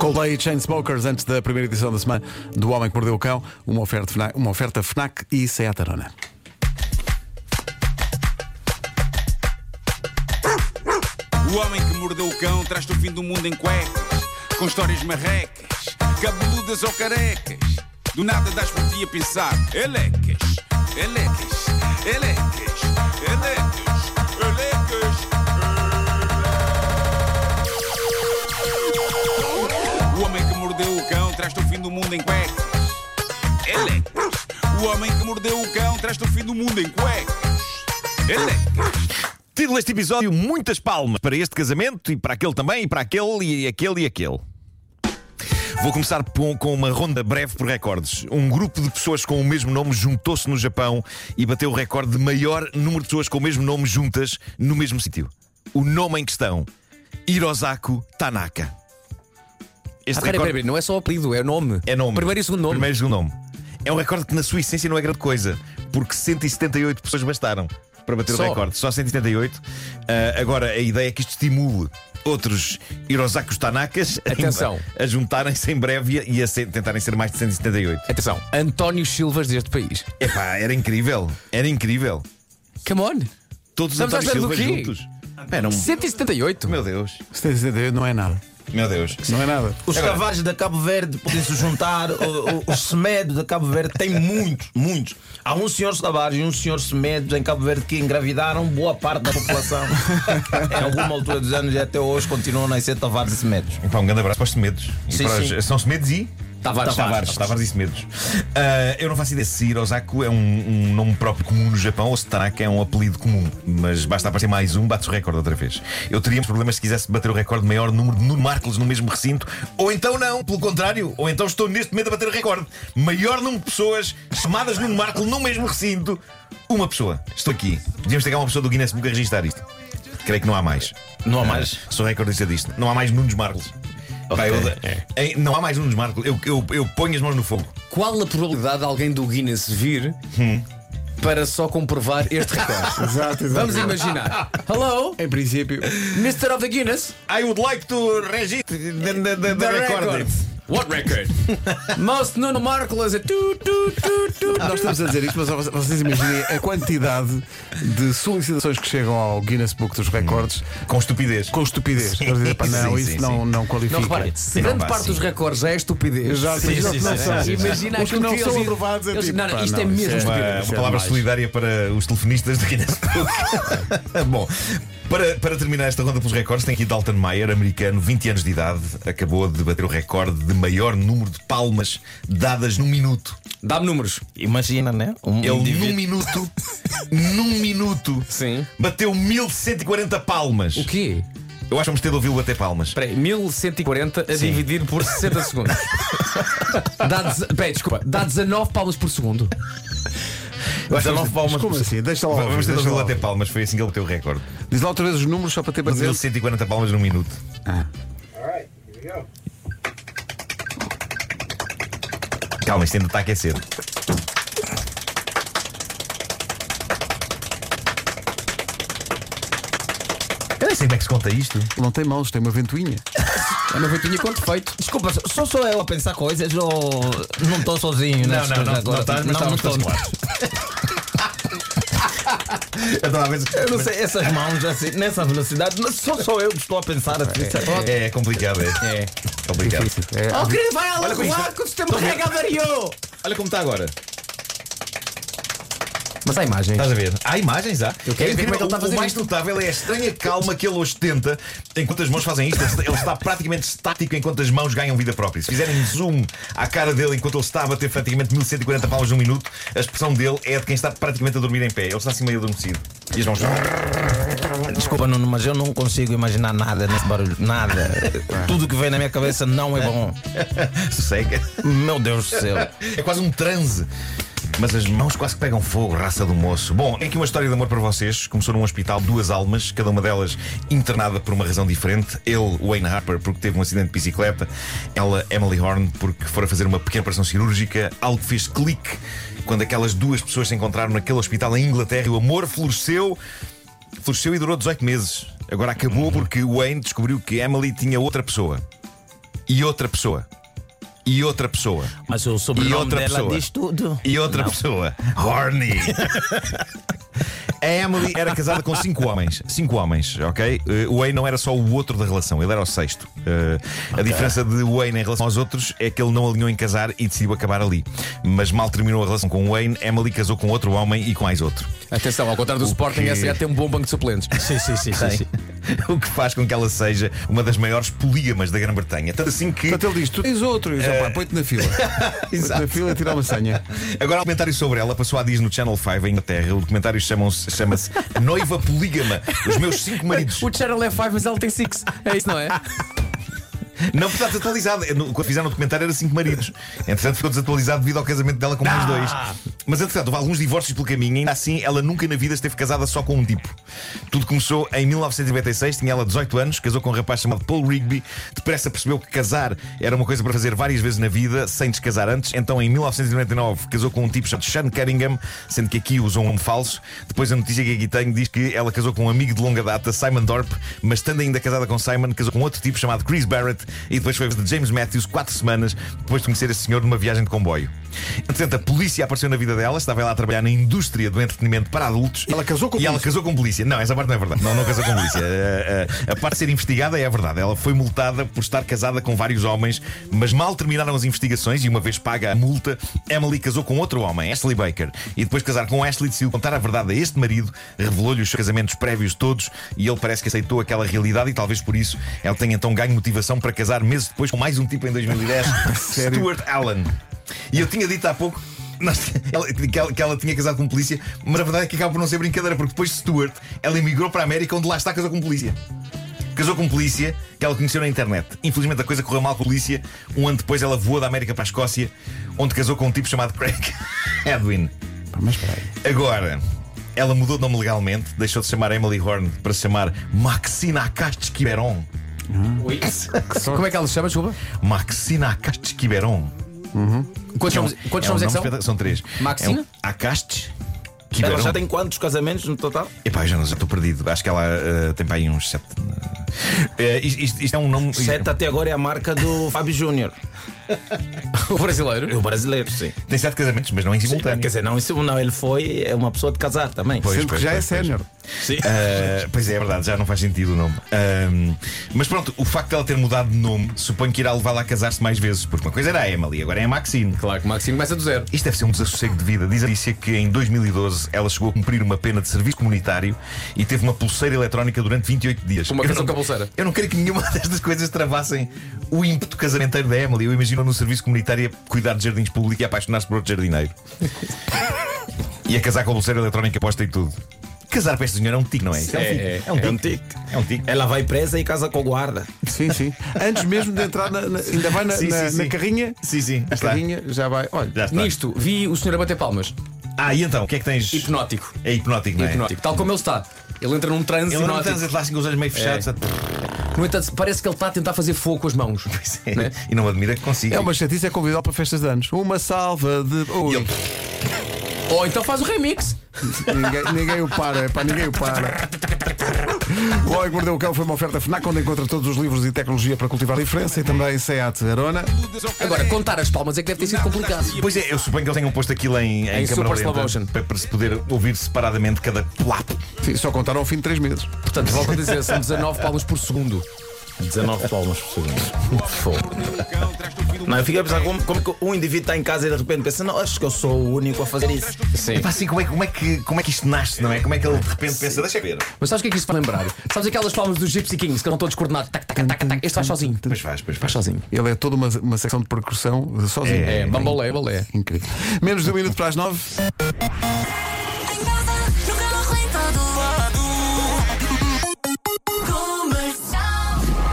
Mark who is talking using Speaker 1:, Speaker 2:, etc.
Speaker 1: Coldplay e Chainsmokers antes da primeira edição da semana do Homem que Mordeu o Cão, uma oferta FNAC, uma oferta FNAC e Seat Arona.
Speaker 2: O homem que mordeu o cão traz-te o fim do mundo em cuecas, com histórias marrecas, cabeludas ou carecas. Do nada das por ti a pensar, elecas, elecas, elecas, elecas, elecas. elecas." O homem que mordeu o cão traz-te o fim do mundo em cuecas, elecas. O homem que mordeu o cão traz-te o fim do mundo em cuecas, elecas.
Speaker 3: Título deste episódio: Muitas palmas para este casamento e para aquele também, e para aquele, e aquele e aquele. Vou começar po- com uma ronda breve por recordes. Um grupo de pessoas com o mesmo nome juntou-se no Japão e bateu o recorde de maior número de pessoas com o mesmo nome juntas no mesmo sítio. O nome em questão: Hirosaku Tanaka. Este
Speaker 4: Ah, peraí, peraí, peraí, não é só apelido, é nome.
Speaker 3: É nome.
Speaker 4: Primeiro e segundo nome.
Speaker 3: Primeiro e segundo nome. É um recorde que, na sua essência, não é grande coisa, porque 178 pessoas bastaram para bater
Speaker 4: Só?
Speaker 3: o recorde. Só 178. Ah, agora, a ideia é que isto estimule outros Hirosakus Tanakas a-
Speaker 4: Atenção.
Speaker 3: a, juntarem-se em breve e a- e a se- tentarem ser mais de 178.
Speaker 4: Atenção, António Silvas deste país.
Speaker 3: Epá, era incrível. Era incrível.
Speaker 4: Come on!
Speaker 3: Todos os
Speaker 4: Estamos à
Speaker 3: António
Speaker 4: espera
Speaker 3: Silva
Speaker 4: do quê?
Speaker 3: juntos. Pera, um...
Speaker 4: 178?
Speaker 3: Meu Deus.
Speaker 1: 178 não é nada.
Speaker 3: Meu Deus.
Speaker 1: Não é nada.
Speaker 5: Os cavalos da Cabo Verde podem se juntar, o, o, o semedo da Cabo Verde tem muitos, muitos. Há um senhor Tavares e um senhor semedo em Cabo Verde que engravidaram boa parte da população. em alguma altura dos anos e até hoje continuam a nascer Tavares e semedos.
Speaker 3: Epá, um grande abraço para os Semedos. E
Speaker 5: Sim,
Speaker 3: para os-
Speaker 5: sim.
Speaker 3: São Semedos e.
Speaker 4: Tavares,
Speaker 3: Tavares, Tavares e Semedos. Ah, eu não faço ideia se Hirosaku é um, um nome próprio comum no Japão ou se Tanaka é um apelido comum. Mas basta aparecer mais um, bate o recorde outra vez. Eu teria uns problemas se quisesse bater o recorde de maior número de Nuno Marcos no mesmo recinto. Ou então não, pelo contrário. Ou então estou neste momento a bater o recorde. Maior número de pessoas chamadas Nuno Marcos no mesmo recinto. Uma pessoa. Estou aqui. Devíamos ter cá uma pessoa do Guinness Book a registrar isto. Creio que não há mais.
Speaker 5: Não há mais.
Speaker 3: Ah, sou recordista disto. Não há mais Nunes Marcos. Pá, eu- Ei, Não há mais Nunes Marcos. Eu, eu, eu ponho as mãos no fogo.
Speaker 4: Qual a probabilidade de alguém do Guinness vir para só comprovar este recorde?
Speaker 1: Exato, exato.
Speaker 4: Vamos imaginar. Hello,
Speaker 1: Em princípio,
Speaker 4: Mr. of the Guinness.
Speaker 3: I would like to register the, the, the,
Speaker 4: The
Speaker 3: record.
Speaker 4: record. What record? Most Nuno Marcolas. Tu, tu, tu, tu.
Speaker 1: nós estamos a dizer isto, mas vocês- vocês imaginem a quantidade de solicitações que chegam ao Guinness Book dos Recordes
Speaker 3: Com estupidez.
Speaker 1: com estupidez.
Speaker 3: Sim,
Speaker 1: Eles dizem, "Pá, não,
Speaker 3: sim,
Speaker 1: isso
Speaker 3: sim,
Speaker 1: não,
Speaker 3: sim.
Speaker 1: não qualifica.
Speaker 4: Não, repara, se
Speaker 3: Não,
Speaker 4: grande
Speaker 3: pá,
Speaker 4: parte
Speaker 3: sim.
Speaker 4: dos recordes já é estupidez.
Speaker 1: Já,
Speaker 4: Sim,
Speaker 1: imagina
Speaker 4: sim,
Speaker 1: que não
Speaker 4: sim,
Speaker 1: são.
Speaker 4: sim. Imagina
Speaker 1: Os que
Speaker 4: aquilo
Speaker 1: não
Speaker 4: que
Speaker 1: são
Speaker 4: eles-
Speaker 1: aprovados é
Speaker 4: eles-
Speaker 1: tipo,
Speaker 4: não, não,
Speaker 1: pá,
Speaker 4: isto é
Speaker 1: não,
Speaker 4: mesmo
Speaker 1: isso
Speaker 3: Uma,
Speaker 1: estupidez,
Speaker 3: uma
Speaker 1: isso é
Speaker 3: palavra
Speaker 1: demais.
Speaker 3: solidária para os telefonistas do Guinness Book. Bom, para, para terminar esta ronda pelos recordes, tem aqui Dalton Mayer, americano, 20 anos de idade, acabou de bater o recorde de maior número de palmas dadas num minuto.
Speaker 4: Dá-me números.
Speaker 5: Imagina, né? Um
Speaker 3: Ele num
Speaker 5: indivíduo-
Speaker 3: minuto, num minuto,
Speaker 4: Sim.
Speaker 3: bateu 1140 palmas.
Speaker 4: O quê?
Speaker 3: Eu acho que vamos ter de ouvi-lo bater palmas.
Speaker 4: Espera aí, 1140 a
Speaker 3: Sim.
Speaker 4: dividir por 60 segundos. dá, deze- peraí, desculpa, dá 19 palmas por segundo.
Speaker 3: Eu acho que vamos-
Speaker 5: 19 palmas.
Speaker 1: Como assim? Deixa lá.
Speaker 3: Vamos
Speaker 1: ouvir,
Speaker 3: ter de ouvi-lo
Speaker 1: deixa lá
Speaker 3: bater
Speaker 1: ouvir.
Speaker 3: palmas, foi assim que ele bateu o recorde.
Speaker 1: Diz lá outra vez os números só para ter para dizer.
Speaker 3: 1140 palmas num minuto. Calma, isto ainda está a aquecer. Eu nem sei como é que se conta isto.
Speaker 1: Não tem mãos, tem uma ventoinha.
Speaker 4: É uma ventinha com defeito.
Speaker 5: Desculpa, só sou eu a pensar coisas ou não estou
Speaker 3: Não,
Speaker 5: sozinho? nestas
Speaker 3: não,
Speaker 5: coisas
Speaker 3: não, tá,
Speaker 5: agora?
Speaker 3: não estás, mas estávamos
Speaker 5: estou.
Speaker 3: todos claros. Eu estava a ver se-
Speaker 5: Eu não sei, essas mãos assim, nessa velocidade, não- só sou eu que estou a pensar assim. sabe?
Speaker 3: É complicado, é.
Speaker 5: É.
Speaker 3: Complicado.
Speaker 4: Oh, querido, vai lá,
Speaker 3: como está-
Speaker 4: que o sistema carrega variou.
Speaker 3: Olha como está agora.
Speaker 4: Mas há imagens.
Speaker 3: Estás a ver? Há imagens, há.
Speaker 4: Eu quero
Speaker 3: É
Speaker 4: ver
Speaker 3: incrível.
Speaker 4: como é que ele está a
Speaker 3: o,
Speaker 4: fazer
Speaker 3: o mais
Speaker 4: isto.
Speaker 3: notável é a estranha calma que ele ostenta enquanto as mãos fazem isto. Ele está- Ele está praticamente estático enquanto as mãos ganham vida própria. Se fizerem zoom à cara dele enquanto ele está a bater praticamente 1140 palmas num minuto, a expressão dele é de quem está praticamente a dormir em pé. Ele está assim meio adormecido. E as mãos.
Speaker 5: Desculpa, Nuno, mas eu não consigo imaginar nada nesse barulho. Nada. Tudo que vem na minha cabeça não é bom.
Speaker 3: Sossega.
Speaker 5: Meu Deus do céu.
Speaker 3: É quase um transe. Mas as mãos quase que pegam fogo, raça do moço. Bom, é aqui uma história de amor para vocês. Começou num hospital, duas almas, cada uma delas internada por uma razão diferente. Ele, Wayne Harper, porque teve um acidente de bicicleta. Ela, Emily Horn, porque fora fazer uma pequena operação cirúrgica. Algo que fez clique quando aquelas duas pessoas se encontraram naquele hospital em Inglaterra. E o amor floresceu Floresceu e durou 18 meses. Agora acabou porque Wayne descobriu que Emily tinha outra pessoa. E outra pessoa. E outra pessoa.
Speaker 5: Mas o sobrenome
Speaker 3: E outra
Speaker 5: dela
Speaker 3: pessoa.
Speaker 5: diz tudo.
Speaker 3: E outra pessoa. Horny. A Emily era casada com cinco homens. Cinco homens, ok? Eh, o Wayne não era só o outro da relação, ele era o sexto. Eh, A diferença de Wayne em relação aos outros é que ele não alinhou em casar e decidiu acabar ali. Mas mal terminou a relação com Wayne, Emily casou com outro homem e com mais outro.
Speaker 4: Atenção, ao contrário do Sporting,
Speaker 3: quê?
Speaker 4: a SEAT tem um bom banco de suplentes.
Speaker 5: Sim, sim, sim, sim. sim.
Speaker 3: O que faz com que ela seja uma das maiores polígamas da Grã-Bretanha. Tanto assim que.
Speaker 1: Portanto, ele diz: tu tens outro. E eu, pá, põe-te na fila. põe-te na
Speaker 3: então,
Speaker 1: fila e tira uma senha.
Speaker 3: Agora, o comentário sobre ela passou à diz no Channel 5 em Inglaterra. O documentário chamam-se- chama-se Noiva Polígama. Os meus cinco maridos.
Speaker 4: O Cheryl é 5, mas ela tem 6. É isso, não é?
Speaker 3: Não está desatualizado. Eu não- Quando fizeram o documentário era cinco maridos. Entretanto, ficou desatualizado devido ao casamento dela com mais dois. Mas entretanto, houve alguns divórcios pelo caminho. Ainda assim, ela nunca na vida esteve casada só com um tipo. Tudo começou em 1996. Tinha ela 18 anos, casou com um rapaz chamado Paul Rigby. Depressa percebeu que casar era uma coisa para fazer várias vezes na vida, sem descasar antes. Então, em 1999, casou com um tipo chamado Sean Cunningham, sendo que aqui usou um nome falso. Depois, a notícia que aqui tenho diz que ela casou com um amigo de longa data, Simon Dorp, mas estando ainda casada com Simon, casou com outro tipo chamado Chris Barrett e depois foi de James Matthews quatro semanas depois de conhecer esse senhor numa viagem de comboio. Entretanto, a polícia apareceu na vida dela, estava ela a trabalhar na indústria do entretenimento para adultos.
Speaker 1: Ela casou com
Speaker 3: E ela
Speaker 1: polícia?
Speaker 3: casou com polícia. Não, essa parte não é verdade. Não, não casou com polícia. Eh, A, a- a parte de ser investigada é a verdade. Ela foi multada por estar casada com vários homens, mas mal terminaram as investigações e uma vez paga a multa, Emily casou com outro homem, Ashley Baker. E depois de casar com Ashley, decidiu contar a verdade a este marido, revelou-lhe os seus casamentos prévios todos e ele parece que aceitou aquela realidade e talvez por isso ela tenha então ganho motivação para casar meses depois com mais um tipo em 2010, Stuart Allen. E eu tinha dito há pouco nós- ela- que, ela, que ela tinha casado com um polícia, mas a verdade é que acaba por não ser brincadeira, porque depois de Stuart, ela emigrou para a América, onde lá está casou com um polícia. Casou com um polícia que ela conheceu na internet. Infelizmente a coisa correu mal com a polícia. Um ano depois ela voou da América para a Escócia, onde casou com um tipo chamado Craig Edwin.
Speaker 1: Pá, Mas espera aí.
Speaker 3: Agora, ela mudou de nome legalmente, deixou de se chamar Emily Horn para se chamar Maxina Acastes Quiberon.
Speaker 4: Como é que ela se chama, desculpa?
Speaker 3: Maxina Acastes Quiberon. um-
Speaker 4: Quantos nomes quantos nomes é que são?
Speaker 3: São três. É
Speaker 4: Maxina?
Speaker 3: um Acastes Quiberon.
Speaker 5: Ela já tem quantos casamentos no total?
Speaker 3: Epá, eu já não sei, estou perdido. Acho que ela eh, tem para aí uns sete. Eh, isto, isto- isto é um nome.
Speaker 5: Sete até agora é a marca do Fábio Júnior.
Speaker 4: O brasileiro.
Speaker 5: É O brasileiro, sim.
Speaker 3: Tem sete casamentos, mas não é em
Speaker 5: Quer
Speaker 3: simultâneo.
Speaker 5: dizer, não, isso não, ele foi é uma pessoa de casar também.
Speaker 3: Pois,
Speaker 1: Sendo que
Speaker 3: pois,
Speaker 1: já é
Speaker 3: pois, pois.
Speaker 1: sénior.
Speaker 5: Sim.
Speaker 3: Ah, pois é, é verdade, já não faz sentido o nome. Ahm, mas pronto, o facto de ela ter mudado de nome, suponho que irá levá-la a casar-se mais vezes, porque uma coisa era a Emily, agora é a Maxine.
Speaker 4: Claro que o Maxine começa do zero.
Speaker 3: Isto deve ser um desassossego de vida. Diz a notícia que em 2012 ela chegou a cumprir uma pena de serviço comunitário e teve uma pulseira eletrónica durante 28 dias.
Speaker 4: Uma
Speaker 3: Eu
Speaker 4: canção
Speaker 3: não-
Speaker 4: com a pulseira.
Speaker 3: Eu não quero que nenhuma destas coisas travassem o ímpeto casamenteiro da Emily. Eu imagino no serviço comunitário a cuidar de jardins públicos e a apaixonar-se por outro jardineiro. e a casar com a pulseira eletrónica posta e tudo. Casar para este senhor é um tique, não é? Isto um tique.
Speaker 5: É, é, um tique.
Speaker 3: É um tique.
Speaker 5: Ela vai presa e casa com o guarda.
Speaker 1: Sim, sim. Antes mesmo de entrar, na, na- ainda vai na,
Speaker 3: Sim,
Speaker 1: é. na-
Speaker 3: sim,
Speaker 1: na
Speaker 3: sim.
Speaker 1: carrinha.
Speaker 3: Sim, sim.
Speaker 1: A
Speaker 3: está.
Speaker 1: carrinha já vai. Olha,
Speaker 3: Já está.
Speaker 4: Nisto, vi o senhor a bater palmas.
Speaker 3: Ah, e então, o que é que tens?
Speaker 4: Hipnótico.
Speaker 3: É hipnótico, não é?
Speaker 4: Hipnótico. Tal como ele está. Ele entra num transe
Speaker 3: Ele não
Speaker 4: hipnótico.
Speaker 3: está lá assim com os olhos meio fechados. sabe?
Speaker 4: No entanto, parece que ele está a tentar fazer fogo com as mãos. Né?
Speaker 3: E não admira que consiga.
Speaker 1: É uma chatice, é convidá-lo para festas de anos. Uma salva de. Ui,
Speaker 3: E ele-
Speaker 4: Ou então faz o remix.
Speaker 1: ninguém, ninguém o para, é pá, ninguém o para. O Homem que Mordeu o Cão foi uma oferta FNAC onde encontra todos os livros e tecnologia para cultivar a diferença e também Seat Arona.
Speaker 4: Agora, contar as palmas é que deve ter sido complicado.
Speaker 3: Pois é, eu suponho que eles tenham posto aquilo em, em,
Speaker 4: Em
Speaker 3: câmara
Speaker 4: super
Speaker 3: lenta,
Speaker 4: slow motion.
Speaker 3: para, para se poder ouvir separadamente cada plap.
Speaker 1: Sim, só contaram ao fim de três meses.
Speaker 4: Portanto, volto a dizer, são 19 palmas por segundo.
Speaker 5: 19 palmas por segundo. Fogo. Não,
Speaker 2: Não,
Speaker 5: eu fiquei a pensar como, como que um indivíduo está em casa e de repente pensa, não, acho que eu sou o único a fazer isso.
Speaker 4: Sim.
Speaker 3: Epá, assim, como é, como, é que, como é que isto nasce, não é? Como é que ele de repente pensa, deixa eu ver.
Speaker 4: Mas sabes o que é que isto faz lembrar? Sabes aquelas palmas dos Gypsy Kings que estão todos coordenados? Tac, tac, tac, tac. Este faz sozinho.
Speaker 3: Pois faz, pois
Speaker 4: Faz
Speaker 3: faz.
Speaker 4: sozinho.
Speaker 1: Ele é toda uma, uma secção de
Speaker 3: é.
Speaker 1: percussão eh, sozinho.
Speaker 4: É, bambolé, balé.
Speaker 1: Incrível. Menos de um minuto para as nove.